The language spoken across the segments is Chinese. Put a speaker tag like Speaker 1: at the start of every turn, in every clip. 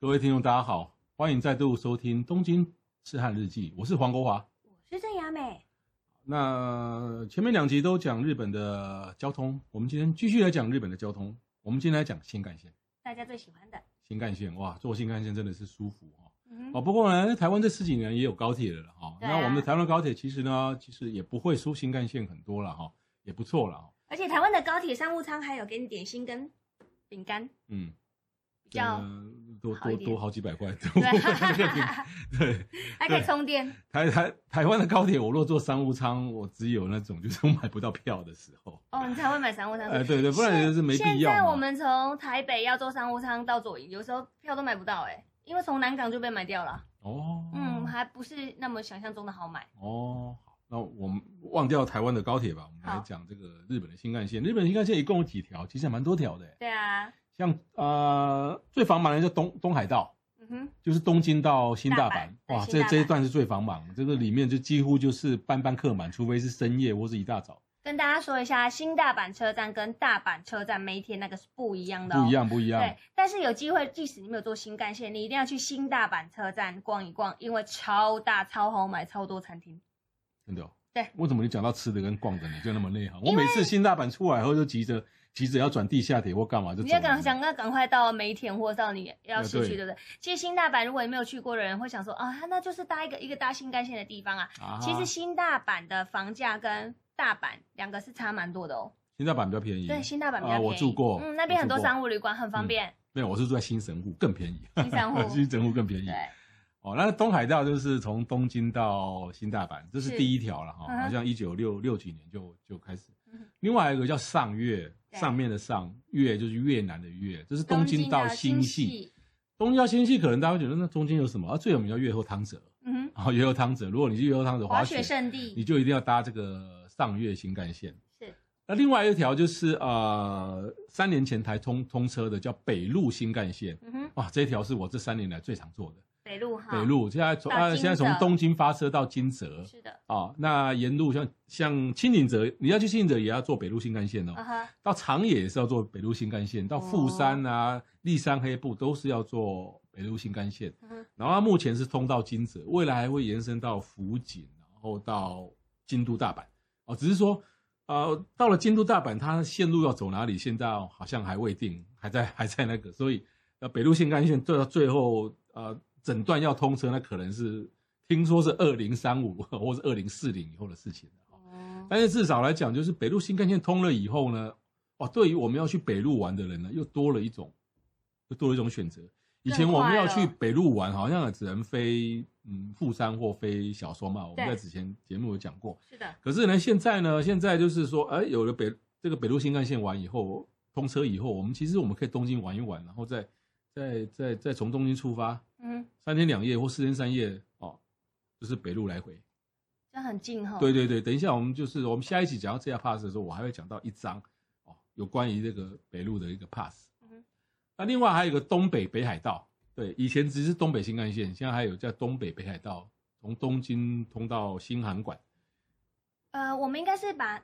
Speaker 1: 各位听众，大家好，欢迎再度收听《东京痴汉日记》，我是黄国华。
Speaker 2: 是郑雅美，
Speaker 1: 那前面两集都讲日本的交通，我们今天继续来讲日本的交通。我们今天来讲新干线，
Speaker 2: 大家最喜欢的。
Speaker 1: 新干线哇，坐新干线真的是舒服哦。
Speaker 2: 嗯
Speaker 1: 哦，
Speaker 2: 哼，
Speaker 1: 不过呢，台湾这十几年也有高铁了啦哈、
Speaker 2: 对
Speaker 1: 那
Speaker 2: 啊
Speaker 1: 我们的台湾高铁其实呢，其实也不会输新干线很多了哈、也不错了哈、
Speaker 2: 而且台湾的高铁商务舱还有给你点心跟饼干，
Speaker 1: 嗯，
Speaker 2: 比较
Speaker 1: 呃多
Speaker 2: 好
Speaker 1: 多
Speaker 2: 一点
Speaker 1: 多好几百块，
Speaker 2: 对
Speaker 1: 啊
Speaker 2: 啊
Speaker 1: 对。
Speaker 2: 还可以充电。
Speaker 1: 台台台湾的高铁，我若坐商务舱，我只有那种就是我买不到票的时候。
Speaker 2: 哦，你才会买商务舱。
Speaker 1: 哎，对对，不然就是没必
Speaker 2: 现
Speaker 1: 要
Speaker 2: 在
Speaker 1: 嘛。
Speaker 2: 我们从台北要坐商务舱到左营，有时候票都买不到哎、因为从南港就被买掉了。
Speaker 1: 哦，
Speaker 2: 嗯，还不是那么想象中的好买。
Speaker 1: 哦，好，那我们忘掉台湾的高铁吧，我们来
Speaker 2: 好
Speaker 1: 讲这个日本的新干线。日本新干线一共有几条？其实还蛮多条的耶，
Speaker 2: 对啊，
Speaker 1: 像呃最繁忙的叫东东海道。
Speaker 2: 嗯哼，
Speaker 1: 就是东京到新大阪，
Speaker 2: 大阪
Speaker 1: 哇，
Speaker 2: 对
Speaker 1: 这
Speaker 2: 新大阪
Speaker 1: 这一段是最繁忙，这个里面就几乎就是班班客满，除非是深夜或是一大早，
Speaker 2: 跟大家说一下，新大阪车站跟大阪车站每一天那个是不一样的、哦，
Speaker 1: 不一。样，不一样
Speaker 2: 对。，但是有机会，即使你没有坐新干线，你一定要去新大阪车站逛一逛，因为超大、超好买、超多餐厅。
Speaker 1: 真的、哦。
Speaker 2: 对，
Speaker 1: 为什么你讲到吃的跟逛的你就那么内行？我每次新大阪出来后就急着急着要转地下铁或干嘛就走了。
Speaker 2: 你要赶想要赶快到梅田或到你要市区，
Speaker 1: 啊对
Speaker 2: 对不对？其实新大阪，如果你没有去过的人会想说啊，那就是搭一个一个搭新干线的地方啊。
Speaker 1: 啊
Speaker 2: 其实新大阪的房价跟大阪两个是差蛮多的哦。
Speaker 1: 新大阪比较便宜。
Speaker 2: 对，新大阪比较便
Speaker 1: 啊
Speaker 2: 宜。
Speaker 1: 我住过
Speaker 2: 嗯，那边很多
Speaker 1: 我住过
Speaker 2: 商务旅馆，很方便。
Speaker 1: 没有，我是住在新神户，更便宜。
Speaker 2: 新神户
Speaker 1: 新神户更便宜
Speaker 2: 对。，
Speaker 1: 哦，那东海道就是从东京到新大阪，这是
Speaker 2: 是
Speaker 1: 第一条了哈，
Speaker 2: 嗯哼
Speaker 1: 好像一九六六几年就就开始
Speaker 2: 嗯。
Speaker 1: 另外还有一个叫上越，
Speaker 2: 对
Speaker 1: 上面的上越就是越南的越，这是东京到新系。
Speaker 2: 系。
Speaker 1: 东京到新系可能大家会觉得那中间有什么？啊，最有名叫越后汤泽，
Speaker 2: 嗯
Speaker 1: 然后越后汤泽，如果你去越后汤泽
Speaker 2: 哼，滑
Speaker 1: 滑
Speaker 2: 雪
Speaker 1: 雪，
Speaker 2: 圣
Speaker 1: 你
Speaker 2: 地
Speaker 1: 就一定要搭这个上越新干线。
Speaker 2: 是
Speaker 1: 那另外一条就是呃，三年前才通通车的叫北陆新干线，
Speaker 2: 嗯哼，
Speaker 1: 哇，这一条是我这三年来最常坐的。
Speaker 2: 北路哈。
Speaker 1: 北路，现在从
Speaker 2: 到
Speaker 1: 啊，
Speaker 2: 金
Speaker 1: 现在从
Speaker 2: 泽
Speaker 1: 东京发车到金泽
Speaker 2: 是的，
Speaker 1: 啊，那沿路像像青岭泽，你要去青岭泽也要坐北路新干线哦，
Speaker 2: 啊哦哈，
Speaker 1: 到长野也是要坐北路新干线，到富山啊、立山黑部都是要坐北路新干线。
Speaker 2: 嗯哼
Speaker 1: 然后它目前是通到金泽，未来还会延伸到福井，然后到京都、大阪哦，只是说。呃，到了京都、大阪，它线路要走哪里，现在好像还未定，还在 还在那个，所以呃，北陆新干线最到最后呃，整段要通车，那可能是听说是二零三五或是二零四零以后的事情了哦
Speaker 2: 哦
Speaker 1: 但是至少来讲，就是北陆新干线通了以后呢，哇，对于我们要去北陆玩的人呢，又多了一种，又多了一种选择。以前我们要去北陆玩，好像只能飞嗯富山或飞小松嘛，我们
Speaker 2: 对
Speaker 1: 在之前节目有讲过。
Speaker 2: 是的，
Speaker 1: 可是呢，现在呢，现在就是说，哎，有了北这个北陆新干线完以后，通车以后，我们其实我们可以东京玩一玩，然后再再再再从东京出发，
Speaker 2: 嗯，
Speaker 1: 三天两夜或四天三夜哦，就是北陆来回。
Speaker 2: 这样很近哈。
Speaker 1: 对对对，等一下我们就是我们下一期讲到这家 pass 的时候，我还会讲到一章哦，有关于这个北路的一个 pass
Speaker 2: 嗯哼。
Speaker 1: 那另外还有一个东北北海道，对，以前只是东北新干线，现在还有叫东北北海道，从东京通到新函馆。
Speaker 2: 呃，我们应该是把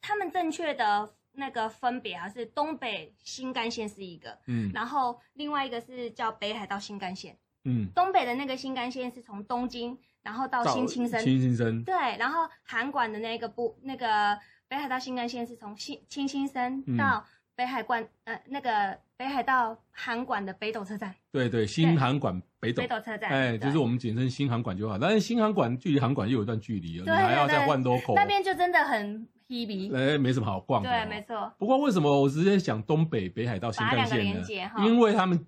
Speaker 2: 他们正确的那个分别啊，是东北新干线是一个，
Speaker 1: 嗯
Speaker 2: 然后另外一个是叫北海道新干线。
Speaker 1: 嗯，
Speaker 2: 东北的那个新干线是从东京，然后到新青森，
Speaker 1: 新青森，
Speaker 2: 对，然后韩馆的那个不那个北海道新干线是从新青青森
Speaker 1: 嗯
Speaker 2: 到北海关、呃那个北海道韩馆的北斗车站，
Speaker 1: 对对，新函馆北斗
Speaker 2: 北。斗车站，
Speaker 1: 哎，
Speaker 2: 对
Speaker 1: 就是我们简称新函馆就好，但是新函馆距离函馆又有一段距离了，你
Speaker 2: 对
Speaker 1: 还要
Speaker 2: 对
Speaker 1: 再
Speaker 2: 对
Speaker 1: 换多口，
Speaker 2: 那边就真的很 h 鼻，
Speaker 1: 哎，没什么好逛的哦。
Speaker 2: 对，没错。
Speaker 1: 不过为什么我直接讲东北北海道新干
Speaker 2: 把它
Speaker 1: 线
Speaker 2: 两个
Speaker 1: 呢
Speaker 2: 连接？哈
Speaker 1: 因为他们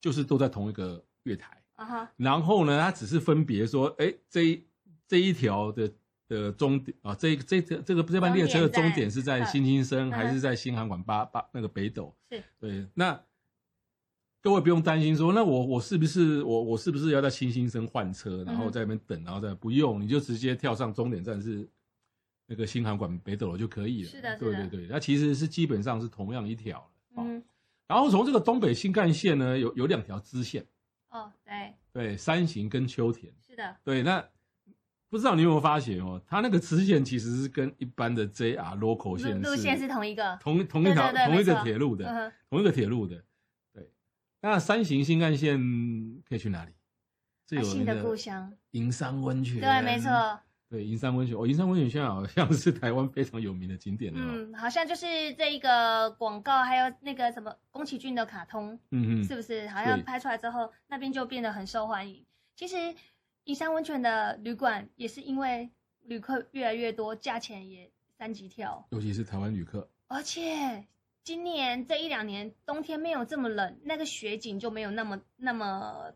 Speaker 1: 就是都在同一个月台，
Speaker 2: 啊哈，
Speaker 1: 然后呢，它只是分别说，哎，这一这一条的的终点啊，这这这这个这班列车的终点是在
Speaker 2: 嗯
Speaker 1: 新青森
Speaker 2: 嗯
Speaker 1: 还是在新函馆八八那个北斗？
Speaker 2: 是
Speaker 1: 对，那各位不用担心说，那我我是不是我我是不是要在清新生换车，然后
Speaker 2: 嗯
Speaker 1: 在那边等，然后再不用，你就直接跳上终点站是那个新航馆北斗楼就可以了。
Speaker 2: 是的是
Speaker 1: 对
Speaker 2: 的
Speaker 1: 对对，那其实是基本上是同样一条了。哦
Speaker 2: 嗯，
Speaker 1: 然后从这个东北新干线呢，有有两条支线，
Speaker 2: 哦，对，
Speaker 1: 对，山形跟秋田。
Speaker 2: 是的，
Speaker 1: 对，那不知道你有没有发现哦，它那个支线其实是跟一般的 JR local
Speaker 2: 路
Speaker 1: 线
Speaker 2: 路线是同一个，
Speaker 1: 同同一条
Speaker 2: 对对对
Speaker 1: 同一
Speaker 2: 没
Speaker 1: 个
Speaker 2: 错
Speaker 1: 铁路的。
Speaker 2: 嗯哼，
Speaker 1: 同一个铁路的。对，那三型新干线可以去哪里？是
Speaker 2: 阿
Speaker 1: 有
Speaker 2: 信
Speaker 1: 那
Speaker 2: 啊的
Speaker 1: 个
Speaker 2: 故乡，
Speaker 1: 银山温泉。
Speaker 2: 对，没错，
Speaker 1: 对，银山温泉哦，银山温泉现在好像是台湾非常有名的景点了、哦。嗯
Speaker 2: 嗯，好像就是这一个广告，还有那个什么宫崎骏的卡通，
Speaker 1: 嗯
Speaker 2: 是
Speaker 1: 嗯，
Speaker 2: 不是？好像
Speaker 1: 对
Speaker 2: 拍出来之后，那边就变得很受欢迎。其实银山温泉的旅馆也是因为旅客越来越多，价钱也三级跳，
Speaker 1: 尤其是台湾旅客，
Speaker 2: 而且今年这一两年冬天没有这么冷，那个雪景就没有那么那么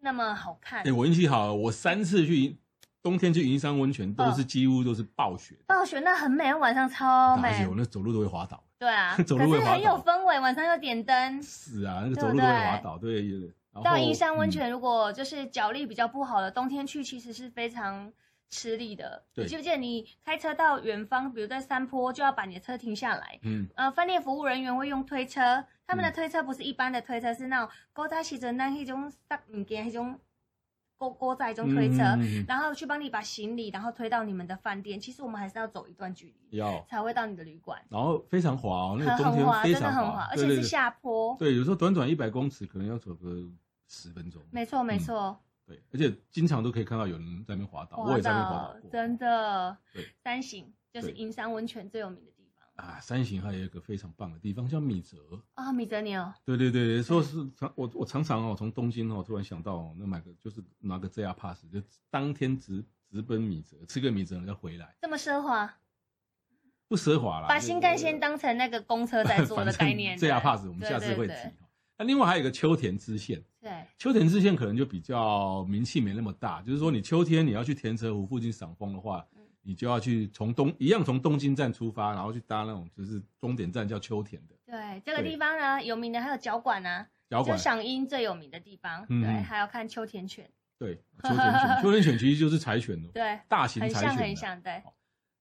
Speaker 2: 那么好看
Speaker 1: 哎、。我运气好，我三次去银冬天去银山温泉
Speaker 2: 嗯
Speaker 1: 都是几乎都是暴雪的，
Speaker 2: 暴雪那很美，晚上超
Speaker 1: 哪
Speaker 2: 美
Speaker 1: 有，那走路都会滑倒。
Speaker 2: 对啊，
Speaker 1: 走路
Speaker 2: 可
Speaker 1: 会
Speaker 2: 是
Speaker 1: 滑
Speaker 2: 很有
Speaker 1: 倒
Speaker 2: 氛围，晚上又点灯。
Speaker 1: 是啊，那个
Speaker 2: 对
Speaker 1: 走路
Speaker 2: 不
Speaker 1: 都会
Speaker 2: 对
Speaker 1: 滑倒，对。然后
Speaker 2: 到银山温、
Speaker 1: 嗯
Speaker 2: 泉，如果就是脚力比较不好的，冬天去其实是非常吃力的。
Speaker 1: 对
Speaker 2: 你记不记得你开车到远方，比如在山坡，就要把你的车停下来。
Speaker 1: 嗯，
Speaker 2: 呃，饭店服务人员会用推车，他们的
Speaker 1: 嗯
Speaker 2: 推车不是一般的推车，是那种勾扎起着那一种塞物件那种勾勾在一种推车，
Speaker 1: 嗯嗯嗯嗯嗯
Speaker 2: 然后去帮你把行李，然后推到你们的饭店。其实我们还是要走一段距离
Speaker 1: 要，
Speaker 2: 才会到你的旅馆，
Speaker 1: 然后非常滑哦，那
Speaker 2: 很
Speaker 1: 个冬
Speaker 2: 很
Speaker 1: 天
Speaker 2: 滑，
Speaker 1: 非
Speaker 2: 真的
Speaker 1: 常
Speaker 2: 很滑，而
Speaker 1: 对
Speaker 2: 且
Speaker 1: 对
Speaker 2: 是
Speaker 1: 对
Speaker 2: 下坡。
Speaker 1: 对，有时候短短一百公尺，可能要走个十分钟。
Speaker 2: 没错，没
Speaker 1: 嗯
Speaker 2: 错。
Speaker 1: 对，而且经常都可以看到有人在那边滑倒，啊我也在那边滑倒过。
Speaker 2: 真的
Speaker 1: 对。
Speaker 2: 三省就是
Speaker 1: 对
Speaker 2: 银山温泉最有名的地方
Speaker 1: 啊，三型还有一个非常棒的地方叫米泽。
Speaker 2: 啊、米泽牛，
Speaker 1: 对对对对，说是常我我常常哦，从东京哦，突然想到哦，那买个就是拿个 JR Pass，就当天直直奔米泽，吃个米泽然后再回来，
Speaker 2: 这么奢华，
Speaker 1: 不奢华啦。
Speaker 2: 把
Speaker 1: 就是
Speaker 2: 新干线当成那个公车在坐的概念。
Speaker 1: 反正 JR
Speaker 2: 对
Speaker 1: Pass 我们下次会提
Speaker 2: 对对
Speaker 1: 哦。那另外还有一个秋田支线，
Speaker 2: 对，
Speaker 1: 秋田支线可能就比较名气没那么大，就是说你秋天你要去田泽湖附近赏枫的话
Speaker 2: 嗯，
Speaker 1: 你就要去从东一样从东京站出发，然后去搭那种就是终点站叫秋田的
Speaker 2: 对，这个
Speaker 1: 对
Speaker 2: 地方呢，有名的还有脚馆啊，
Speaker 1: 小
Speaker 2: 就
Speaker 1: 馆。
Speaker 2: 赏樱最有名的地方。
Speaker 1: 嗯
Speaker 2: 对，还要看秋田犬，
Speaker 1: 对，秋田 犬，秋田犬其实就是柴犬哦，
Speaker 2: 对，
Speaker 1: 大型
Speaker 2: 很
Speaker 1: 柴
Speaker 2: 像
Speaker 1: 犬
Speaker 2: 很
Speaker 1: 啊。
Speaker 2: 像，对，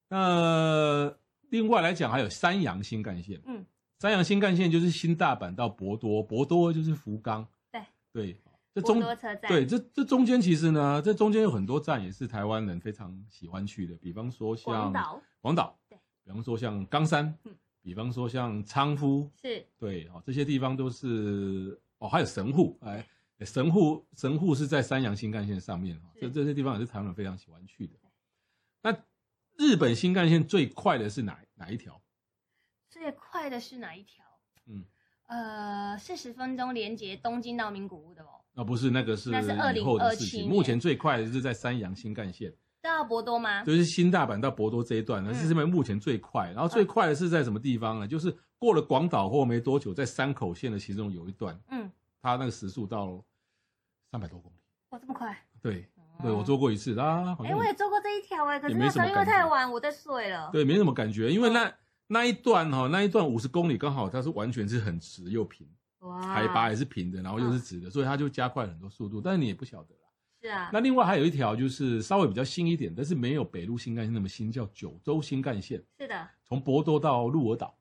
Speaker 1: 那另外来讲，还有山阳新干线。
Speaker 2: 嗯，
Speaker 1: 山阳新干线就是新大阪到博多，博多就是福冈。
Speaker 2: 对
Speaker 1: 对，这
Speaker 2: 波
Speaker 1: 中
Speaker 2: 多车站。
Speaker 1: 对，这这中间其实呢，这中间有很多站也是台湾人非常喜欢去的，比方说像
Speaker 2: 广岛
Speaker 1: 广岛
Speaker 2: 对
Speaker 1: 比方说像冈山，
Speaker 2: 嗯
Speaker 1: 比方说像仓敷，
Speaker 2: 是
Speaker 1: 对，哦，这些地方都是哦，还有神户，哎，神户神户是在山阳新干线上面哈，
Speaker 2: 是
Speaker 1: 这这些地方也是台湾人非常喜欢去的。那日本新干线最快的是哪哪一条？
Speaker 2: 最快的是哪一条？
Speaker 1: 嗯，
Speaker 2: 呃，四十分钟连接东京到名古屋的哦，
Speaker 1: 啊，不是那个是
Speaker 2: 那是
Speaker 1: 以后的事
Speaker 2: 2027
Speaker 1: 情。
Speaker 2: 年
Speaker 1: 目前最快的是在山阳新干线，
Speaker 2: 到博多吗？
Speaker 1: 就是新大阪到博多这一段，呢，
Speaker 2: 嗯
Speaker 1: 是这边目前最快。然后最快的是在什么地方呢？就是过了广岛后没多久，在山口县的其中有一段，
Speaker 2: 嗯，
Speaker 1: 它那个时速到三百多公里。
Speaker 2: 哇，这么快！
Speaker 1: 对，对
Speaker 2: 哦
Speaker 1: 我做过一次啊，好
Speaker 2: 哎、
Speaker 1: 像
Speaker 2: 我也做过这一条哎、可是
Speaker 1: 也没
Speaker 2: 那时
Speaker 1: 什么
Speaker 2: 候因
Speaker 1: 感
Speaker 2: 为
Speaker 1: 觉
Speaker 2: 太晚，我在睡了。
Speaker 1: 对没什么感觉，因为
Speaker 2: 嗯
Speaker 1: 那那一段哈、哦，那一段五十公里刚好它是完全是很直又平，
Speaker 2: 哇，
Speaker 1: 海拔也是平的，然后又是
Speaker 2: 嗯
Speaker 1: 直的，所以它就加快了很多速度，但是你也不晓得啦。
Speaker 2: 是啊，
Speaker 1: 那另外还有一条就是稍微比较新一点，但是没有北陆新干线那么新，叫九州新干线，
Speaker 2: 是的，
Speaker 1: 从博多到鹿儿岛。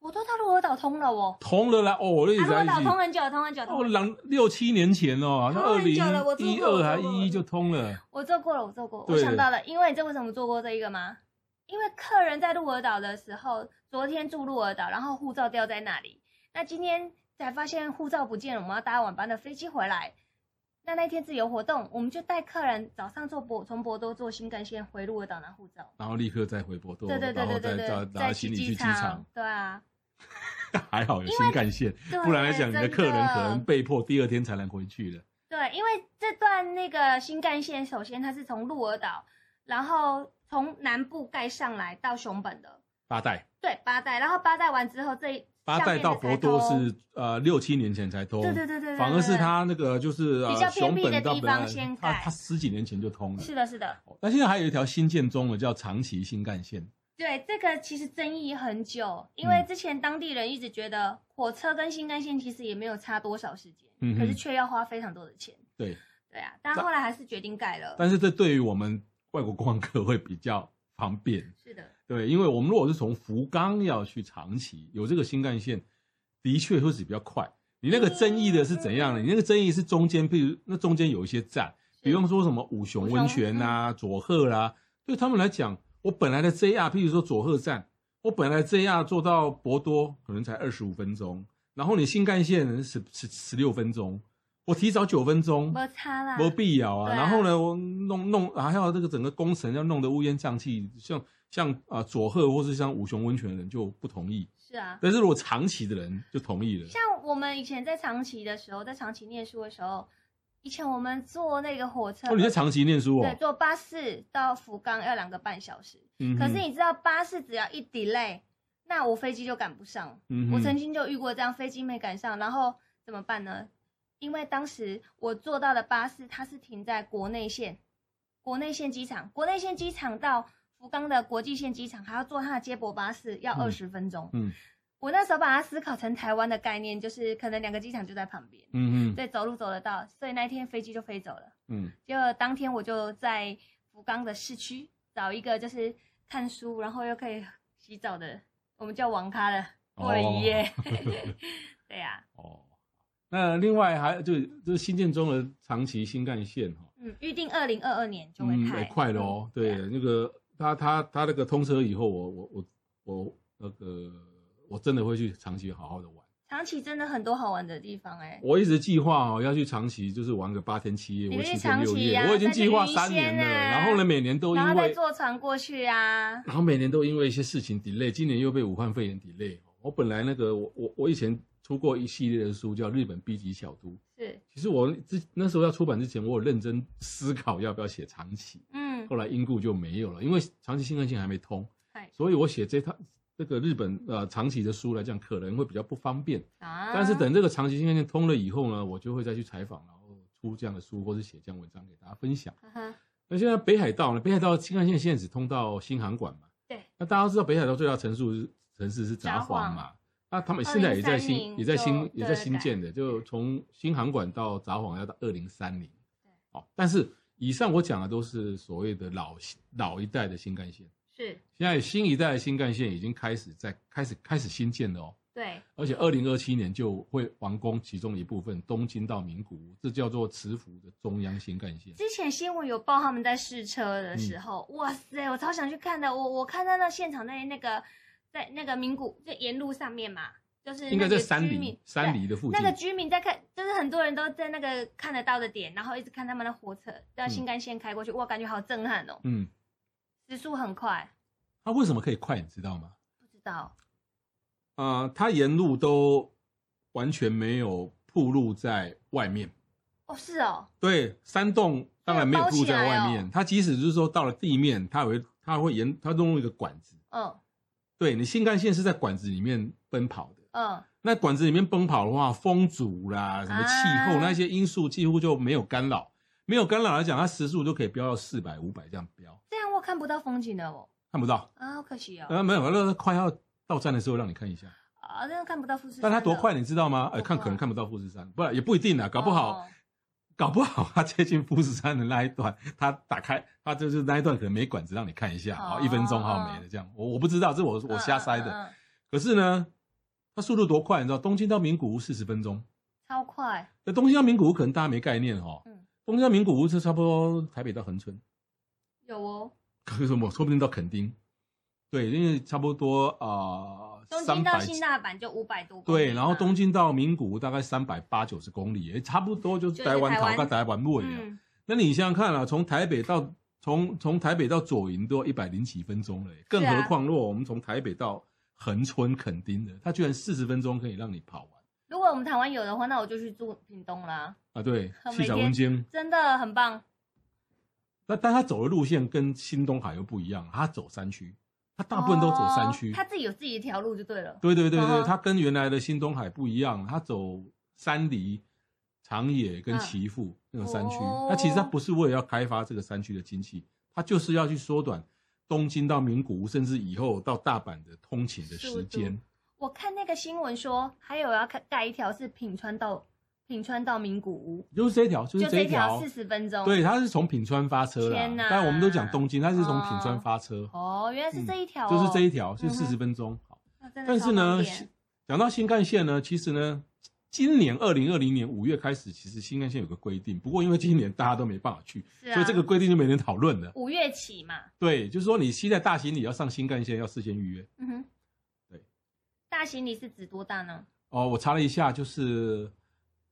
Speaker 2: 我都到鹿儿岛通 了哦，
Speaker 1: 通了啦！哦，我那
Speaker 2: 啊，
Speaker 1: 时
Speaker 2: 鹿
Speaker 1: 候
Speaker 2: 儿
Speaker 1: 还
Speaker 2: 岛
Speaker 1: 记
Speaker 2: 通很久，通很久，
Speaker 1: 哦，
Speaker 2: 通很久。
Speaker 1: 两六七年前哦，好像
Speaker 2: 通
Speaker 1: 二
Speaker 2: 很
Speaker 1: 零
Speaker 2: 久了我做
Speaker 1: 一
Speaker 2: 过
Speaker 1: 二
Speaker 2: 我
Speaker 1: 还
Speaker 2: 做过
Speaker 1: 一一就通了。
Speaker 2: 我做过了，我做过，我
Speaker 1: 对
Speaker 2: 想到了，因为你知道为什么做过这一个吗？因为客人在鹿儿岛的时候，昨天住鹿儿岛，然后护照掉在那里，那今天才发现护照不见了，我们要搭晚班的飞机回来。那那天自由活动，我们就带客人早上坐博从博多坐新干线回鹿儿岛拿护照。
Speaker 1: 然后立刻再回博多，
Speaker 2: 对对对
Speaker 1: 然后
Speaker 2: 对
Speaker 1: 再
Speaker 2: 对
Speaker 1: 再
Speaker 2: 对，
Speaker 1: 拿行李去机场，，
Speaker 2: 对啊，
Speaker 1: 还好有新干线，不然来讲你的
Speaker 2: 对
Speaker 1: 客人可
Speaker 2: 真
Speaker 1: 能
Speaker 2: 的
Speaker 1: 被迫第二天才能回去的。
Speaker 2: 对，因为这段那个新干线，首先它是从鹿儿岛，然后从南部盖上来到熊本的，
Speaker 1: 八代
Speaker 2: 对，八代，然后八代完之后这一
Speaker 1: 八代到博多，是呃六七年前才通，
Speaker 2: 下面的才通对对对对对，对
Speaker 1: 反而是他那个就是
Speaker 2: 比
Speaker 1: 呃
Speaker 2: 较偏
Speaker 1: 熊
Speaker 2: 僻的
Speaker 1: 本到
Speaker 2: 地
Speaker 1: 本来
Speaker 2: 方先
Speaker 1: 他
Speaker 2: 盖
Speaker 1: 他十几年前就通了。哦
Speaker 2: 是的，是的，
Speaker 1: 那现在还有一条新建中的叫长崎新干线，
Speaker 2: 对，这个其实争议很久，
Speaker 1: 嗯
Speaker 2: 因为之前当地人一直觉得火车跟新干线其实也没有差多少时间，
Speaker 1: 嗯哼
Speaker 2: 可是却要花非常多的钱。
Speaker 1: 对，
Speaker 2: 对啊，但后来还是决定改了。
Speaker 1: 但是这对于我们外国观光客会比较方便。
Speaker 2: 是的，
Speaker 1: 对，因为我们如果是从福冈要去长崎，有这个新干线，的确会是比较快。你那个争议的是怎样的？
Speaker 2: 嗯
Speaker 1: 你那个争议是中间，譬如那中间有一些站，比方说什么五熊温泉呐、佐贺啦、对他们来讲，我本来的 JR，譬如说佐贺站，我本来 JR 坐到博多可能才二十五分钟，然后你新干线十十十六分钟，我提早九分钟，
Speaker 2: 没差啦，
Speaker 1: 没必要啊。
Speaker 2: 对啊
Speaker 1: 然后呢，我弄弄还有这个整个工程要弄得乌烟瘴气，像像啊、佐贺或是像五熊温泉的人就不同意，
Speaker 2: 是啊。
Speaker 1: 但是如果长崎的人就同意了。
Speaker 2: 像我们以前在长崎的时候，在长崎念书的时候，以前我们坐那个火车，
Speaker 1: 哦，你在长崎念书
Speaker 2: 对，
Speaker 1: 哦？
Speaker 2: 坐巴士到福冈要两个半小时。
Speaker 1: 嗯
Speaker 2: 可
Speaker 1: 哼
Speaker 2: 是你知道，巴士只要一 delay，那我飞机就赶不上。
Speaker 1: 嗯哼
Speaker 2: 我曾经就遇过这样，飞机没赶上，然后怎么办呢？因为当时我坐到的巴士，它是停在国内线，国内线机场，国内线机场到福冈的国际线机场，还要坐它的接驳巴士，要
Speaker 1: 嗯
Speaker 2: 二十分钟。
Speaker 1: 嗯
Speaker 2: 我那时候把它思考成台湾的概念，就是可能两个机场就在旁边，
Speaker 1: 嗯哼
Speaker 2: 对，走路走得到，所以那一天飞机就飞走了。
Speaker 1: 嗯
Speaker 2: 结果当天我就在福冈的市区找一个就是看书，然后又可以洗澡的，我们叫网咖的，过了一夜。 对啊呀、
Speaker 1: 哦。那另外还就就是新建中的长崎新干线哈、
Speaker 2: 嗯，预定二零二二年就会
Speaker 1: 嗯，
Speaker 2: 开，
Speaker 1: 也快了哦。
Speaker 2: 嗯
Speaker 1: 对
Speaker 2: 啊，
Speaker 1: 那个他他他那个通车以后，我我我我那个我真的会去长崎好好的玩。
Speaker 2: 长崎真的很多好玩的地方哎、
Speaker 1: 我一直计划哦要去长崎，就是玩个八天七夜或
Speaker 2: 你们
Speaker 1: 七
Speaker 2: 去
Speaker 1: 天
Speaker 2: 长
Speaker 1: 六
Speaker 2: 崎
Speaker 1: 夜，
Speaker 2: 啊
Speaker 1: 我已经计划
Speaker 2: 再
Speaker 1: 三
Speaker 2: 去云
Speaker 1: 年
Speaker 2: 仙
Speaker 1: 了。
Speaker 2: 啊
Speaker 1: 然后呢，每年都因
Speaker 2: 然后再
Speaker 1: 为
Speaker 2: 坐船过去啊，
Speaker 1: 然后每年都因为一些事情 delay，今年又被武汉肺炎 delay 哦。我本来那个我我我以前出过一系列的书，叫《日本 B 级小都》。
Speaker 2: 是，
Speaker 1: 其实我之那时候要出版之前，我有认真思考要不要写长崎，
Speaker 2: 嗯，
Speaker 1: 后来因故就没有了，因为长崎新干线还没通
Speaker 2: 嗨，
Speaker 1: 所以我写这套这个日本呃长崎的书来讲，可能会比较不方便。
Speaker 2: 啊，
Speaker 1: 但是等这个长崎新干线通了以后呢，我就会再去采访，然后出这样的书或者写这样文章给大家分享。
Speaker 2: 呵呵，
Speaker 1: 那现在北海道呢，北海道新干线现在只通到新航馆嘛，
Speaker 2: 对，
Speaker 1: 那大家知道北海道最大城市城市是札幌嘛？那他们现在也在新
Speaker 2: 2030
Speaker 1: 也在新
Speaker 2: 就
Speaker 1: 也在新建的，就从新航馆到札幌要到二零三零。哦，但是以上我讲的都是所谓的老老一代的新干线，
Speaker 2: 是，
Speaker 1: 现在新一代的新干线已经开始在开始开始新建了哦，
Speaker 2: 对，
Speaker 1: 而且二零二七年就会完工其中一部分，东京到名古屋，这叫做磁浮的中央新干线。
Speaker 2: 之前新闻有报他们在试
Speaker 1: 嗯
Speaker 2: 车的时候，哇塞，我超想去看的。我我看到那现场那那个在那个名古就沿路上面嘛，就是
Speaker 1: 应该
Speaker 2: 那个
Speaker 1: 在山
Speaker 2: 居
Speaker 1: 梨
Speaker 2: 民，
Speaker 1: 山
Speaker 2: 对
Speaker 1: 梨的附近
Speaker 2: 那。个居民在看，就是很多人都在那个看得到的点，然后一直看他们的火车到新干线开过去，哇，感觉好震撼哦，
Speaker 1: 嗯，
Speaker 2: 时速很快，
Speaker 1: 它为什么可以快，你知道吗？
Speaker 2: 不知道
Speaker 1: 呃，它沿路都完全没有铺路在外面。
Speaker 2: 哦，是哦，
Speaker 1: 对，山洞当然没有铺在外
Speaker 2: 包起来
Speaker 1: 面，
Speaker 2: 哦
Speaker 1: 它即使就是说到了地面，它也会它会沿它弄一个管子。
Speaker 2: 嗯
Speaker 1: 对你新干线是在管子里面奔跑的，
Speaker 2: 嗯，
Speaker 1: 那管子里面奔跑的话，风阻啦、什么气候、
Speaker 2: 啊
Speaker 1: 那些因素几乎就没有干扰。没有干扰来讲，它时速都可以飙到四百、五百这样飙，
Speaker 2: 这样我看不到风景了哦，
Speaker 1: 看不到。
Speaker 2: 啊，好可惜哦，
Speaker 1: 呃，没有，那那快要到站的时候让你看一下。
Speaker 2: 啊，那样看不到富士山
Speaker 1: 但
Speaker 2: 了，
Speaker 1: 它多快，你知道吗？呃，
Speaker 2: 我
Speaker 1: 看
Speaker 2: 不
Speaker 1: 可能
Speaker 2: 知道
Speaker 1: 看不到富士山，不然也不一定啦，啊搞不好。
Speaker 2: 哦
Speaker 1: 搞不好他接近富士山的那一段，他打开，他就是那一段可能没管子让你看一下，
Speaker 2: 哦
Speaker 1: 好、一分钟好
Speaker 2: 嗯
Speaker 1: 没了这样。我我不知道，这我我瞎塞的。
Speaker 2: 嗯嗯嗯
Speaker 1: 可是呢，它速度多快，你知道，东京到名古屋四十分钟。
Speaker 2: 超快，
Speaker 1: 那东京到名古屋可能大家没概念哦，
Speaker 2: 嗯
Speaker 1: 东京到名古屋是差不多台北到恒春，
Speaker 2: 有哦。
Speaker 1: 可是什么，说不定到垦丁。对，因为差不多啊，
Speaker 2: 东
Speaker 1: 三
Speaker 2: 京
Speaker 1: 百
Speaker 2: 到新大嗯阪就五百多公里嘛
Speaker 1: 对，然后东京到名古屋大概三百八九十公里，也差不多就是
Speaker 2: 就是
Speaker 1: 台湾
Speaker 2: 台
Speaker 1: 岛
Speaker 2: 湾
Speaker 1: 跟台湾末了。
Speaker 2: 嗯，
Speaker 1: 那你想想看啊，从台北到从从台北到左营都要一百零几分钟了
Speaker 2: 啊
Speaker 1: 耶，更何况若我们从台北到恒春、垦丁的，它居然四十分钟可以让你跑完
Speaker 2: 如果我们台湾有的话，那我就去住屏东啦，
Speaker 1: 啊！对，
Speaker 2: 很
Speaker 1: 七小
Speaker 2: 每天
Speaker 1: 文京，
Speaker 2: 真的很棒。
Speaker 1: 那但它走的路线跟新东海又不一样，它走山区，它大部分都走山区。
Speaker 2: 哦他自己有自己一条路就对了。
Speaker 1: 对对对
Speaker 2: 嗯
Speaker 1: 对，
Speaker 2: 哼
Speaker 1: 它跟原来的新东海不一样，它走山梨、长野跟
Speaker 2: 嗯
Speaker 1: 岐阜那种山区。
Speaker 2: 哦
Speaker 1: 那其实它不是为了要开发这个山区的经济，它就是要去缩短东京到名古屋，甚至以后到大阪的通勤的
Speaker 2: 速
Speaker 1: 时
Speaker 2: 度
Speaker 1: 间。
Speaker 2: 我看那个新闻说，还有要看盖一条是品川到品川到名古屋，
Speaker 1: 就是这条，就
Speaker 2: 就是这
Speaker 1: 条
Speaker 2: 四，十分钟。
Speaker 1: 对，它是从品川发车啦
Speaker 2: 天。哪
Speaker 1: 但我们都讲东京，它是从品川发车，
Speaker 2: 哦，原来是这一条、哦
Speaker 1: 嗯就是这一条，是
Speaker 2: 嗯哼
Speaker 1: 四十分钟。好，
Speaker 2: 哦真的
Speaker 1: 但
Speaker 2: 超
Speaker 1: 是
Speaker 2: 方
Speaker 1: 呢，
Speaker 2: 便
Speaker 1: 新讲到新干线呢，其实呢，今年二零二零年五月开始，其实新干线有个规定，不过因为今年大家都没办法去，
Speaker 2: 是啊
Speaker 1: 所以这个规定就没人讨论了。
Speaker 2: 五月起嘛，
Speaker 1: 对，就是说你携带大行李要上新干线，要事先预约。
Speaker 2: 嗯哼，
Speaker 1: 对，
Speaker 2: 大行李是指多大呢？
Speaker 1: 哦，我查了一下，就是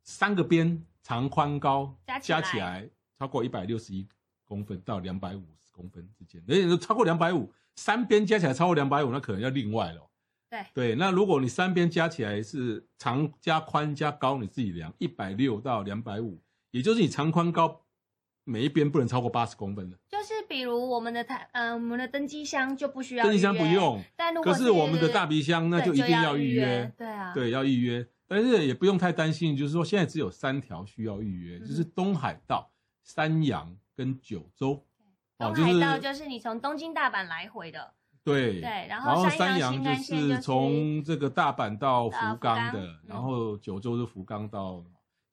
Speaker 1: 三个边长、宽、高
Speaker 2: 加起
Speaker 1: 加
Speaker 2: 来
Speaker 1: 起来超过一百六十一公分到两百五十公分之间，而且超过两百五，三边加起来超过两百五，那可能要另外了。
Speaker 2: 对，
Speaker 1: 对，那如果你三边加起来是长加宽加高，你自己量一百六到两百五，也就是你长宽高每一边不能超过八十公分了。
Speaker 2: 就是比如我们的台，嗯、我们的登机箱就不需要，
Speaker 1: 登机箱不，用，
Speaker 2: 但如果
Speaker 1: 可是我们的大鼻箱那
Speaker 2: 对
Speaker 1: 就一定要预约
Speaker 2: 约。，对啊，，
Speaker 1: 对，要预约，但是也不用太担心，就是说现在只有三条需要预约，
Speaker 2: 嗯
Speaker 1: 就是东海道、山阳跟九州。哦
Speaker 2: 东海道就是你从东京大阪来回的，
Speaker 1: 对
Speaker 2: 对，然
Speaker 1: 然后
Speaker 2: 山
Speaker 1: 山
Speaker 2: 阳新
Speaker 1: 阳就
Speaker 2: 干线就是呃
Speaker 1: 从这个大阪到福
Speaker 2: 到福
Speaker 1: 冈
Speaker 2: 冈
Speaker 1: 的，然
Speaker 2: 嗯
Speaker 1: 后九州是福冈到，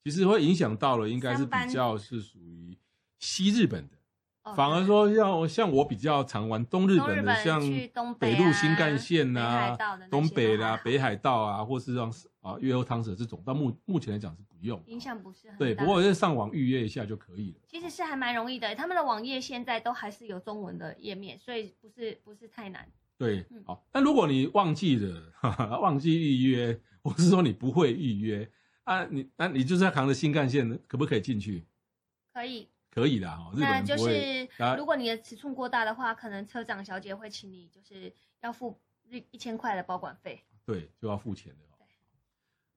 Speaker 1: 其实会影响到了，应该是
Speaker 2: 三班
Speaker 1: 比较是属于西日本的，
Speaker 2: 哦
Speaker 1: 反而说像像我比较常玩东日
Speaker 2: 东日
Speaker 1: 本的，像
Speaker 2: 去东
Speaker 1: 北
Speaker 2: 啊
Speaker 1: 路新干线
Speaker 2: 北
Speaker 1: 呐、
Speaker 2: 海道的那些
Speaker 1: 东北
Speaker 2: 都还
Speaker 1: 啦、
Speaker 2: 好
Speaker 1: 北海道啊，或是让啊月欧汤舍这种，到目目前来讲是不用。哦
Speaker 2: 影响不是很大。
Speaker 1: 对，不过就上网预约一下就可以了。
Speaker 2: 其实是还蛮容易的，他们的网页现在都还是有中文的页面，所以不是不是太难。
Speaker 1: 对
Speaker 2: 嗯，
Speaker 1: 好。但如果你忘记了，哈哈忘记预约，或是说你不会预约啊，你那你就是要扛着新干线，可不可以进去？
Speaker 2: 可以，
Speaker 1: 可以啦，哈，日本
Speaker 2: 那
Speaker 1: 人
Speaker 2: 就
Speaker 1: 不会。
Speaker 2: 是
Speaker 1: 啊
Speaker 2: 如果你的尺寸过大的话，可能车长小姐会请你就是要付一一千块的保管费。
Speaker 1: 对，就要付钱的哦
Speaker 2: 对。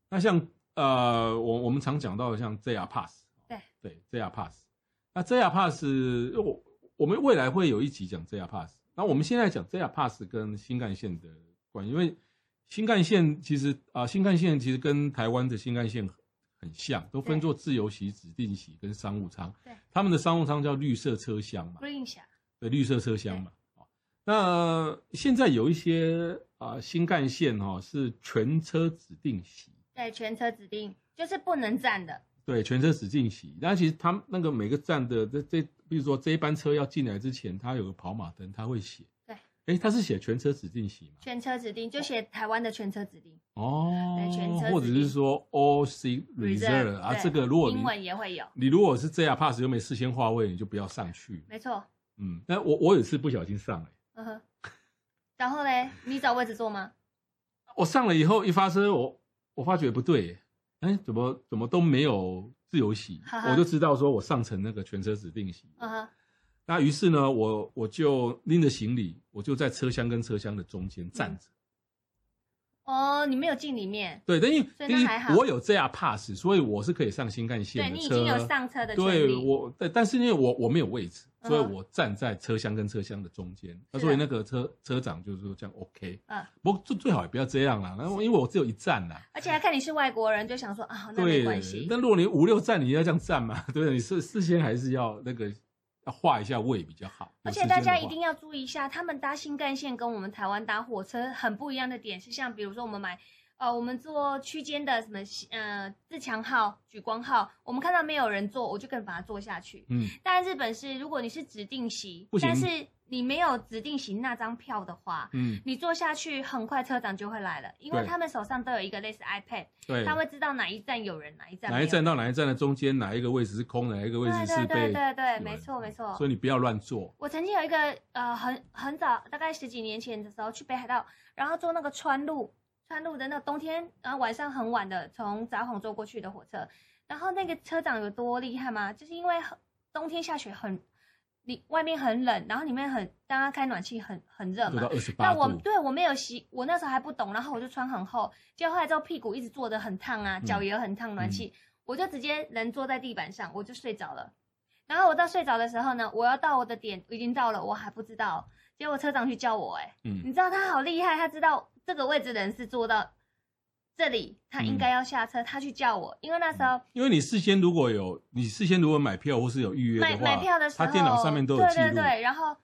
Speaker 1: 那像呃，我我们常讲到的像 JR Pass，哦
Speaker 2: 对
Speaker 1: 对 JR Pass，那 JR Pass，我我们未来会有一集讲 JR Pass。那我们现在讲 JR Pass 跟新干线的关系，因为新干线其实啊、新干线其实跟台湾的新干线很很像，都分
Speaker 2: 对
Speaker 1: 作自由席、指定席跟商务舱。
Speaker 2: 对，
Speaker 1: 他们的商务舱叫绿色车厢嘛。
Speaker 2: Green 侠
Speaker 1: 的绿色车厢嘛。哦那现在有一些啊、新干线哈、哦、是全车指定席，
Speaker 2: 对全车指定就是不能站的，
Speaker 1: 对，全车指定席。那其实他们那个每个站的这这，比如说这一班车要进来之前，它有个跑马灯，它会写。
Speaker 2: 对。
Speaker 1: 哎，它是写全车指定席嘛？
Speaker 2: 全车指定就写台湾的全车指定，
Speaker 1: 哦，
Speaker 2: 对全车指定
Speaker 1: 或者是说 all seat reserve
Speaker 2: Reserve，
Speaker 1: 啊，
Speaker 2: 对
Speaker 1: 这个如果你
Speaker 2: 英文也会有，
Speaker 1: 你如果是 JR Pass 又没事先划位，你就不要上去。
Speaker 2: 没错。
Speaker 1: 嗯，但我我有一次不小心上了、
Speaker 2: 嗯哼，然后嘞，你找位置坐吗？
Speaker 1: 我上了以后一发车，我我发觉不对，哎，怎么怎么都没有自由席，
Speaker 2: 哈哈
Speaker 1: 我就知道说我上成那个全车指定席。
Speaker 2: 嗯哼，
Speaker 1: 那于是呢，我我就拎着行李，我就在车厢跟车厢的中间站着。
Speaker 2: 哦，你没有进里面，
Speaker 1: 对，但因
Speaker 2: 所
Speaker 1: 为
Speaker 2: 以
Speaker 1: 第一
Speaker 2: 那还好
Speaker 1: 我有 JR Pass，所以我是可以上新干
Speaker 2: 对
Speaker 1: 线的
Speaker 2: 你已
Speaker 1: 车。
Speaker 2: 经有上车的权
Speaker 1: 对
Speaker 2: 利。
Speaker 1: 我，对，但是因为我我没有位置，
Speaker 2: 嗯
Speaker 1: 所以我站在车厢跟车厢的中间。那所以那个车车长就是说这样 OK，
Speaker 2: 嗯，
Speaker 1: 不过最最好也不要这样啦。那因为我只有一站啦。
Speaker 2: 而且还看你是外国人，就想说啊，那没
Speaker 1: 对
Speaker 2: 关系，。
Speaker 1: 但如果你五六站，你要这样站嘛，对不对？你事事先还是要那个要画一下位比较好。
Speaker 2: 而
Speaker 1: 有时
Speaker 2: 且
Speaker 1: 间
Speaker 2: 大家
Speaker 1: 的
Speaker 2: 一
Speaker 1: 话
Speaker 2: 定要注意一下，他们搭新干线跟我们台湾搭火车很不一样的点是，像比如说我们买，呃，我们坐区间的什么，呃，自强号、举光号，我们看到没有人坐，我就跟把它坐下去。
Speaker 1: 嗯，
Speaker 2: 但日本是，如果你是指定席
Speaker 1: 不，行
Speaker 2: 但是你没有指定席那张票的话，
Speaker 1: 嗯，
Speaker 2: 你坐下去很快车长就会来了，因为
Speaker 1: 对
Speaker 2: 他们手上都有一个类似 iPad，
Speaker 1: 对。
Speaker 2: 他会知道哪一站有人，哪一站没有
Speaker 1: 哪一站到哪一站的中间，哪一个位置是空的，哪一个位置是被
Speaker 2: 对对对对对，
Speaker 1: 有人
Speaker 2: 没错没错。
Speaker 1: 所以你不要乱坐。
Speaker 2: 我曾经有一个呃很很早，大概十几年前的时候去北海道，然后坐那个川路川路的那个冬天，然后晚上很晚的从札幌坐过去的火车，然后那个车长有多厉害吗？就是因为很冬天下雪很，里外面很冷，然后里面很大家开暖气很很热
Speaker 1: 坐到
Speaker 2: 嘛。
Speaker 1: 二十八
Speaker 2: 那我
Speaker 1: 度，
Speaker 2: 对我没有习，我那时候还不懂，然后我就穿很厚，结果后来之后屁股一直坐得很烫啊，
Speaker 1: 嗯
Speaker 2: 脚也很烫，暖气，我就直接人坐在地板上，我就睡着了。然后我到睡着的时候呢，我要到我的点已经到了，我还不知道，结果车长去叫我、哎，
Speaker 1: 嗯
Speaker 2: 你知道他好厉害，他知道这个位置的人是坐到这里，他
Speaker 1: 嗯
Speaker 2: 应该要下车，他去叫我，因为那时候
Speaker 1: 因为你事先如果有嗯你事先如果买票或是有预约的
Speaker 2: 买
Speaker 1: 话，
Speaker 2: 买票的时候，
Speaker 1: 他电脑上面都有记录。
Speaker 2: 对对对，然后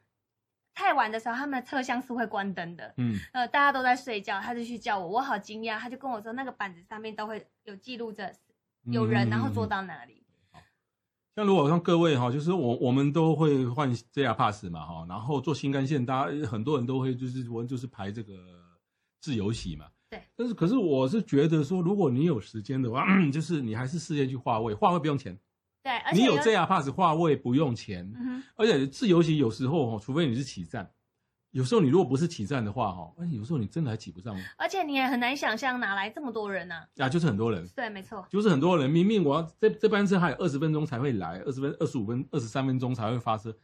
Speaker 2: 太晚的时候，他们的车厢是会关灯的。
Speaker 1: 嗯
Speaker 2: 呃，大家都在睡觉，他就去叫我，我好惊讶，他就跟我说那个板子上面都会有记录着有人，然后
Speaker 1: 嗯
Speaker 2: 坐。
Speaker 1: 嗯嗯
Speaker 2: 到哪里。
Speaker 1: 像如果像各位哈，就是我我们都会换 JR Pass 嘛哈，然后坐新干线，大家呃很多人都会就是我就是排这个自由席嘛。
Speaker 2: 对。
Speaker 1: 但是可是我是觉得说，如果你有时间的话， 就是你还是事先去划位，划位不用钱。
Speaker 2: 对，而且
Speaker 1: 你有
Speaker 2: 又
Speaker 1: JR Pass 划位不用钱，
Speaker 2: 嗯哼，
Speaker 1: 而且自由席有时候哈，除非你是起站，有时候你如果不是起站的话哈，哎有时候你真的还挤不上
Speaker 2: 而且你也很难想象哪来这么多人呐、
Speaker 1: 啊，就是很多人。
Speaker 2: 对，没错，
Speaker 1: 就是很多人明明我要这这班车还有二十分钟才会来，二十分、二十五分、二十三分钟才会发车，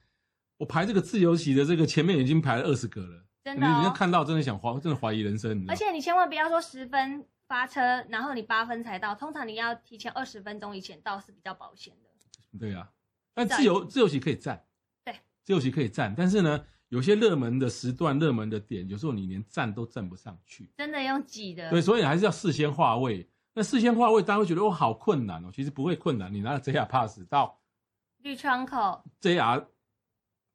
Speaker 1: 我排这个自由席的这个前面已经排了二十个了，
Speaker 2: 真
Speaker 1: 你
Speaker 2: 的、
Speaker 1: 你要
Speaker 2: 哦。
Speaker 1: 看到真的想怀真的怀疑人生，你知道
Speaker 2: 而
Speaker 1: 吗？
Speaker 2: 且你千万不要说十分发车，然后你八分才到，通常你要提前二十分钟以前到是比较保险的。
Speaker 1: 对啊，但
Speaker 2: 对
Speaker 1: 自由自由席可以站，
Speaker 2: 对，
Speaker 1: 自由席可以站，但是呢，有些热门的时段、热门的点，有时候你连站都站不上去，
Speaker 2: 真的用挤的，
Speaker 1: 对，所以还是要事先划位。那事先划位，大家会觉得哦好困难哦，其实不会困难，你拿了 JR Pass 到
Speaker 2: 绿窗口，
Speaker 1: JR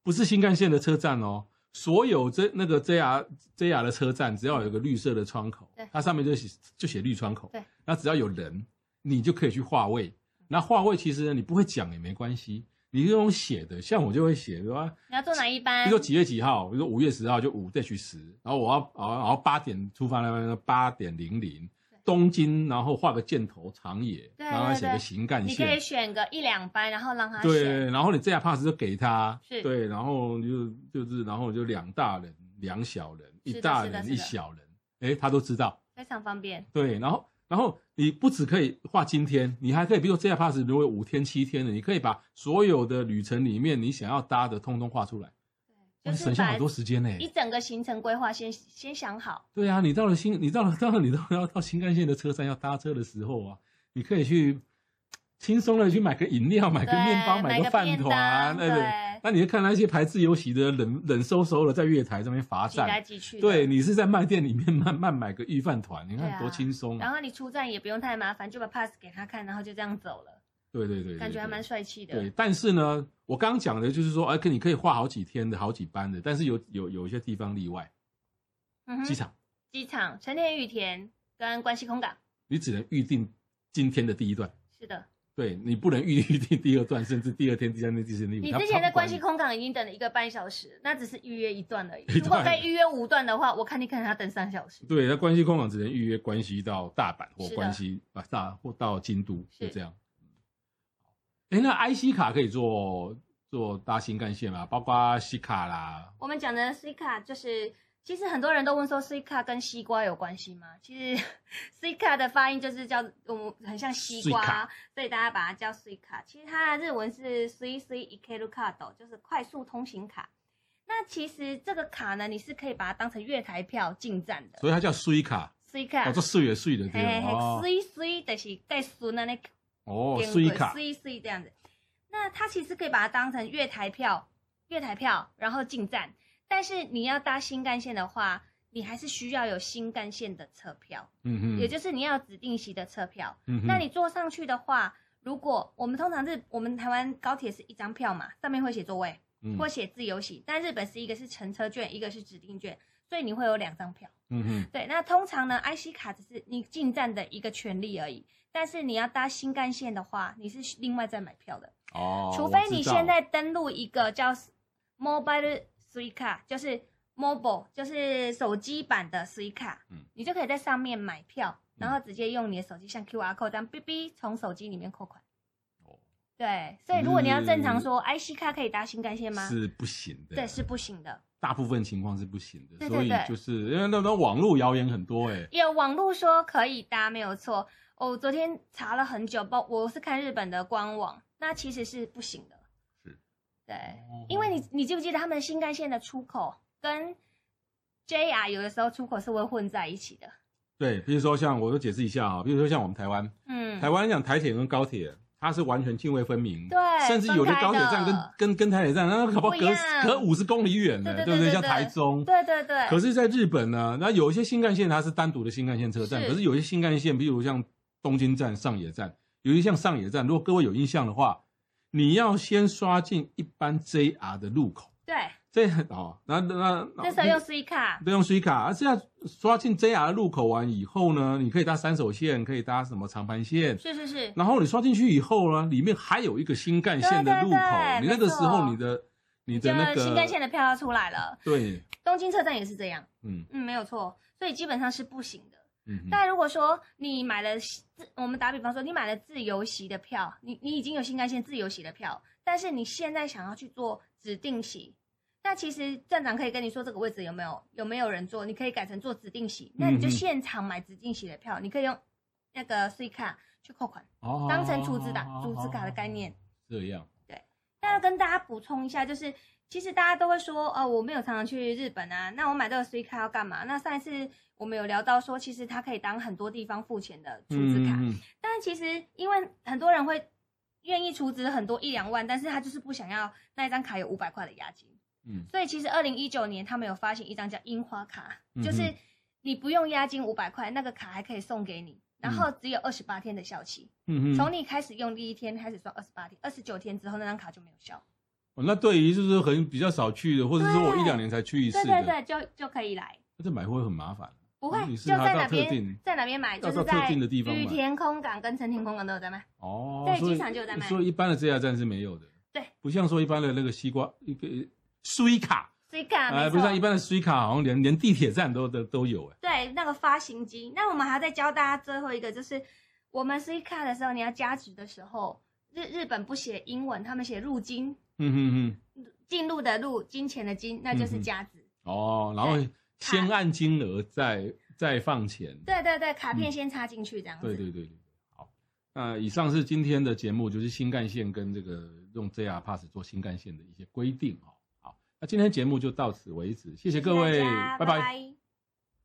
Speaker 1: 不是新干线的车站哦，所有这那个 JR JR 的车站，只要有个绿色的窗口
Speaker 2: 对，
Speaker 1: 它上面就写就写绿窗口。
Speaker 2: 对，
Speaker 1: 那只要有人，你就可以去划位。那划位其实呢，你不会讲也没关系，你就用写的，像我就会写，对吧？
Speaker 2: 你要坐哪一
Speaker 1: 比
Speaker 2: 班？
Speaker 1: 如说几月几号，比如说五月十号就五 dash 十，然后我要然后然后八点出发那边八点零零
Speaker 2: 对。
Speaker 1: 东京，然后画个箭头长野，
Speaker 2: 对
Speaker 1: 然后
Speaker 2: 对
Speaker 1: 写个
Speaker 2: 对
Speaker 1: 新干
Speaker 2: 你
Speaker 1: 线，
Speaker 2: 可以选个一两班，然后让他选。
Speaker 1: 对，然后你这样 pass 就给他，
Speaker 2: 是
Speaker 1: 对，然后就就是然后就两大人、两小人，
Speaker 2: 是的
Speaker 1: 一大
Speaker 2: 是的
Speaker 1: 人
Speaker 2: 是的
Speaker 1: 一小人，哎，他都知道。
Speaker 2: 非常方便。
Speaker 1: 对，然后然后你不只可以画今天，你还可以，比如说这样 pass 如果五天七天的，你可以把所有的旅程里面你想要搭的通通画出来，
Speaker 2: 就
Speaker 1: 哇
Speaker 2: 是
Speaker 1: 省下
Speaker 2: 把
Speaker 1: 很多时间呢。
Speaker 2: 一整个行程规划先先想好，
Speaker 1: 对啊，你到了新，你到了到了你到要到新干线的车站要搭车的时候啊，你可以去轻松的去买个饮料，买个面包，
Speaker 2: 对
Speaker 1: 买
Speaker 2: 买个
Speaker 1: 个饭
Speaker 2: 便
Speaker 1: 团，
Speaker 2: 当
Speaker 1: 哎
Speaker 2: 对
Speaker 1: 那你就看那些排自由席的冷冷飕飕的在月台这边罚
Speaker 2: 挤来
Speaker 1: 站，
Speaker 2: 挤去。
Speaker 1: 对，你是在卖店里面慢慢买个预饭团，你
Speaker 2: 对啊
Speaker 1: 看多轻松
Speaker 2: 然
Speaker 1: 啊！
Speaker 2: 后你出站也不用太麻烦，就把 pass 给他看，然后就这样走了，
Speaker 1: 对对对对，
Speaker 2: 感觉还
Speaker 1: 对
Speaker 2: 蛮帅气的。
Speaker 1: 对，但是呢，我刚刚讲的就是说，哎，可你可以画好几天的好几班的，但是有有有一些地方例外，
Speaker 2: 嗯哼
Speaker 1: 机场
Speaker 2: 机场、成田羽田跟关西空港，
Speaker 1: 你只能预定今天的第一段。
Speaker 2: 是的。
Speaker 1: 对你不能预定第二段，甚至第二天、第三天、第四天。
Speaker 2: 你
Speaker 1: 他
Speaker 2: 之
Speaker 1: 他
Speaker 2: 前
Speaker 1: 不
Speaker 2: 在
Speaker 1: 管
Speaker 2: 关
Speaker 1: 你
Speaker 2: 西空港已经等了一个半小时，那只是预约一段而已。
Speaker 1: 一段
Speaker 2: 如果再预约五段的话，我看你可能要等三小时。
Speaker 1: 对，那关西空港只能预约关西到大阪或
Speaker 2: 是的
Speaker 1: 关西啊大或到京都，
Speaker 2: 是
Speaker 1: 就这样。哎，那 IC 卡可以做做搭新干线吗？包括西卡啦，
Speaker 2: 我们讲的 C 卡就是，其实很多人都问说 C 卡跟西瓜有关系吗？其实 C 卡的发音就是叫我们很像西
Speaker 1: 西
Speaker 2: 瓜
Speaker 1: 卡，
Speaker 2: 所以大家把它叫 C 卡。其实它的日文是 C C i k e r u k a d o 就是快速通行卡。那其实这个卡呢，你是可以把它当成月台票进站的。
Speaker 1: 所以它叫水卡，
Speaker 2: C 卡，
Speaker 1: 哦，这水也水的对
Speaker 2: 嘿嘿
Speaker 1: 哦
Speaker 2: 嘿，水水就是盖顺的那个
Speaker 1: 哦，
Speaker 2: 经
Speaker 1: 水
Speaker 2: 过
Speaker 1: 卡，
Speaker 2: 水水这样子。那它其实可以把它当成月台票，月台票，然后进站。但是你要搭新干线的话，你还是需要有新干线的车票，
Speaker 1: 嗯哼，
Speaker 2: 也就是你要有指定席的车票。
Speaker 1: 嗯哼，
Speaker 2: 那你坐上去的话，如果我们通常是我们台湾高铁是一张票嘛，上面会写座位
Speaker 1: 嗯
Speaker 2: 或写自由席，但日本是一个是乘车券，一个是指定券，所以你会有两张票。
Speaker 1: 嗯哼，
Speaker 2: 对，那通常呢，IC 卡只是你进站的一个权利而已。但是你要搭新干线的话，你是另外再买票的，
Speaker 1: 哦，
Speaker 2: 除
Speaker 1: 我
Speaker 2: 非
Speaker 1: 知
Speaker 2: 你
Speaker 1: 道
Speaker 2: 现在登录一个叫 Mobile Sui 卡，就是 Mobile，就是手机版的 Sui 卡，
Speaker 1: 嗯
Speaker 2: 你就可以在上面买票，
Speaker 1: 嗯
Speaker 2: 然后直接用你的手机像 QR code 这样哔哔从手机里面扣款。
Speaker 1: 哦
Speaker 2: 对，所以如果你要正常
Speaker 1: 是
Speaker 2: 说 IC 卡可以搭新干线吗？
Speaker 1: 是不行的，
Speaker 2: 对，是不行的。
Speaker 1: 大部分情况是不行的，
Speaker 2: 对对
Speaker 1: 所以
Speaker 2: 对
Speaker 1: 就是因为那那网络谣言很多哎、
Speaker 2: 有网络说可以搭，没有错。我昨天查了很久，包我是看日本的官网，那其实是不行的。
Speaker 1: 是，
Speaker 2: 对，
Speaker 1: 哦
Speaker 2: 因为你你记不记得他们新干线的出口跟 JR 有的时候出口是会混在一起的。
Speaker 1: 对，比如说像我就解释一下啊，比如说像我们台湾，
Speaker 2: 嗯
Speaker 1: 台，湾讲台铁跟高铁，它是完全泾渭分明，
Speaker 2: 对
Speaker 1: 甚至有的高铁站跟
Speaker 2: 分开的
Speaker 1: 跟跟台铁站，那可不好
Speaker 2: 不一
Speaker 1: 隔
Speaker 2: 样
Speaker 1: 隔五十公里远呢，
Speaker 2: 对对
Speaker 1: 不
Speaker 2: 对对
Speaker 1: 像
Speaker 2: 对
Speaker 1: 台中。
Speaker 2: 对对对，
Speaker 1: 可是，在日本呢，那有一些新干线它是单独的新干线车站，
Speaker 2: 是
Speaker 1: 可是有一些新干线，比如像东京站、上野站，有一些像上野站，如果各位有印象的话，你要先刷进一般 JR 的路口，
Speaker 2: 对
Speaker 1: 这哦，那那
Speaker 2: 那时候用 C 卡，
Speaker 1: 都用 C 卡，而现在刷进 JR 入口完以后呢，你可以搭三手线，可以搭什么长盘线，
Speaker 2: 是是 是，
Speaker 1: 然后你刷进去以后呢，里面还有一个新干线的入口，
Speaker 2: 对对对
Speaker 1: 你那个时候
Speaker 2: 没错
Speaker 1: 你的你
Speaker 2: 就
Speaker 1: 的那个
Speaker 2: 新干线的票要出来了，
Speaker 1: 对，
Speaker 2: 东京车站也是这样，
Speaker 1: 嗯
Speaker 2: 嗯，没有错，所以基本上是不行的。
Speaker 1: 嗯哼，
Speaker 2: 但如果说你买了自，我们打比方说，你买了自由席的票，你你已经有新干线自由席的票，但是你现在想要去做指定席，那其实站长可以跟你说这个位置有没有有没有人坐，你可以改成做指定席，那你就
Speaker 1: 嗯哼
Speaker 2: 现场买指定席的票，你可以用那个 C 卡去扣款，
Speaker 1: 哦
Speaker 2: 当成储值卡
Speaker 1: 哦
Speaker 2: 储值卡的概念。
Speaker 1: 这样，
Speaker 2: 那要跟大家补充一下，就是其实大家都会说，呃，我没有常常去日本啊，那我买这个 C 卡要干嘛？那上一次我们有聊到说，其实它可以当很多地方付钱的储值卡，
Speaker 1: 嗯嗯嗯
Speaker 2: 但是其实因为很多人会愿意储值很多一两万，但是他就是不想要那一张卡有五百块的押金，
Speaker 1: 嗯
Speaker 2: 所以其实二零一九年他们有发行一张叫樱花卡，
Speaker 1: 嗯哼
Speaker 2: 就是你不用押金五百块，那个卡还可以送给你。然后只有二十八天的效期，
Speaker 1: 嗯嗯嗯，
Speaker 2: 从你开始用第一天开始算二十八天，二十九天之后那张卡就没有效。
Speaker 1: 哦那对于就是很比较少去的，或者说我
Speaker 2: 对
Speaker 1: 一两年才去一次
Speaker 2: 对
Speaker 1: 的，
Speaker 2: 对对，就就可以来，
Speaker 1: 那这买会很麻烦。
Speaker 2: 不会
Speaker 1: 你
Speaker 2: 就是
Speaker 1: 拿
Speaker 2: 在
Speaker 1: 到
Speaker 2: 哪
Speaker 1: 特定
Speaker 2: 边在哪边买，
Speaker 1: 要
Speaker 2: 就
Speaker 1: 到
Speaker 2: 是
Speaker 1: 特
Speaker 2: 在
Speaker 1: 定的地方买
Speaker 2: 羽田空港跟成田空港都有在卖。
Speaker 1: 哦，
Speaker 2: 对
Speaker 1: 所以
Speaker 2: 机场就有在卖
Speaker 1: 所以一般的自驾站是没有的。
Speaker 2: 对，
Speaker 1: 不像说一般的那个西瓜一个水卡，
Speaker 2: 所以卡
Speaker 1: 哎，
Speaker 2: 啊没
Speaker 1: 不
Speaker 2: 错
Speaker 1: 像一般的水卡，好像连连地铁站都都都有哎。
Speaker 2: 对，那个发行机。那我们还要再教大家最后一个，就是我们 C 卡的时候，你要加值的时候，日日本不写英文，他们写入金，
Speaker 1: 嗯嗯嗯，
Speaker 2: 进入的入，金钱的金，那就是加值。
Speaker 1: 哦，然后
Speaker 2: 对
Speaker 1: 先按金额再再放钱。
Speaker 2: 对对对，卡片先插进去这样子。
Speaker 1: 嗯对对对对，好。那以上是今天的节目，就是新干线跟这个用 JR Pass 做新干线的一些规定哦。好，那今天节目就到此为止，谢谢各位，
Speaker 2: 大家
Speaker 1: 拜
Speaker 2: 拜拜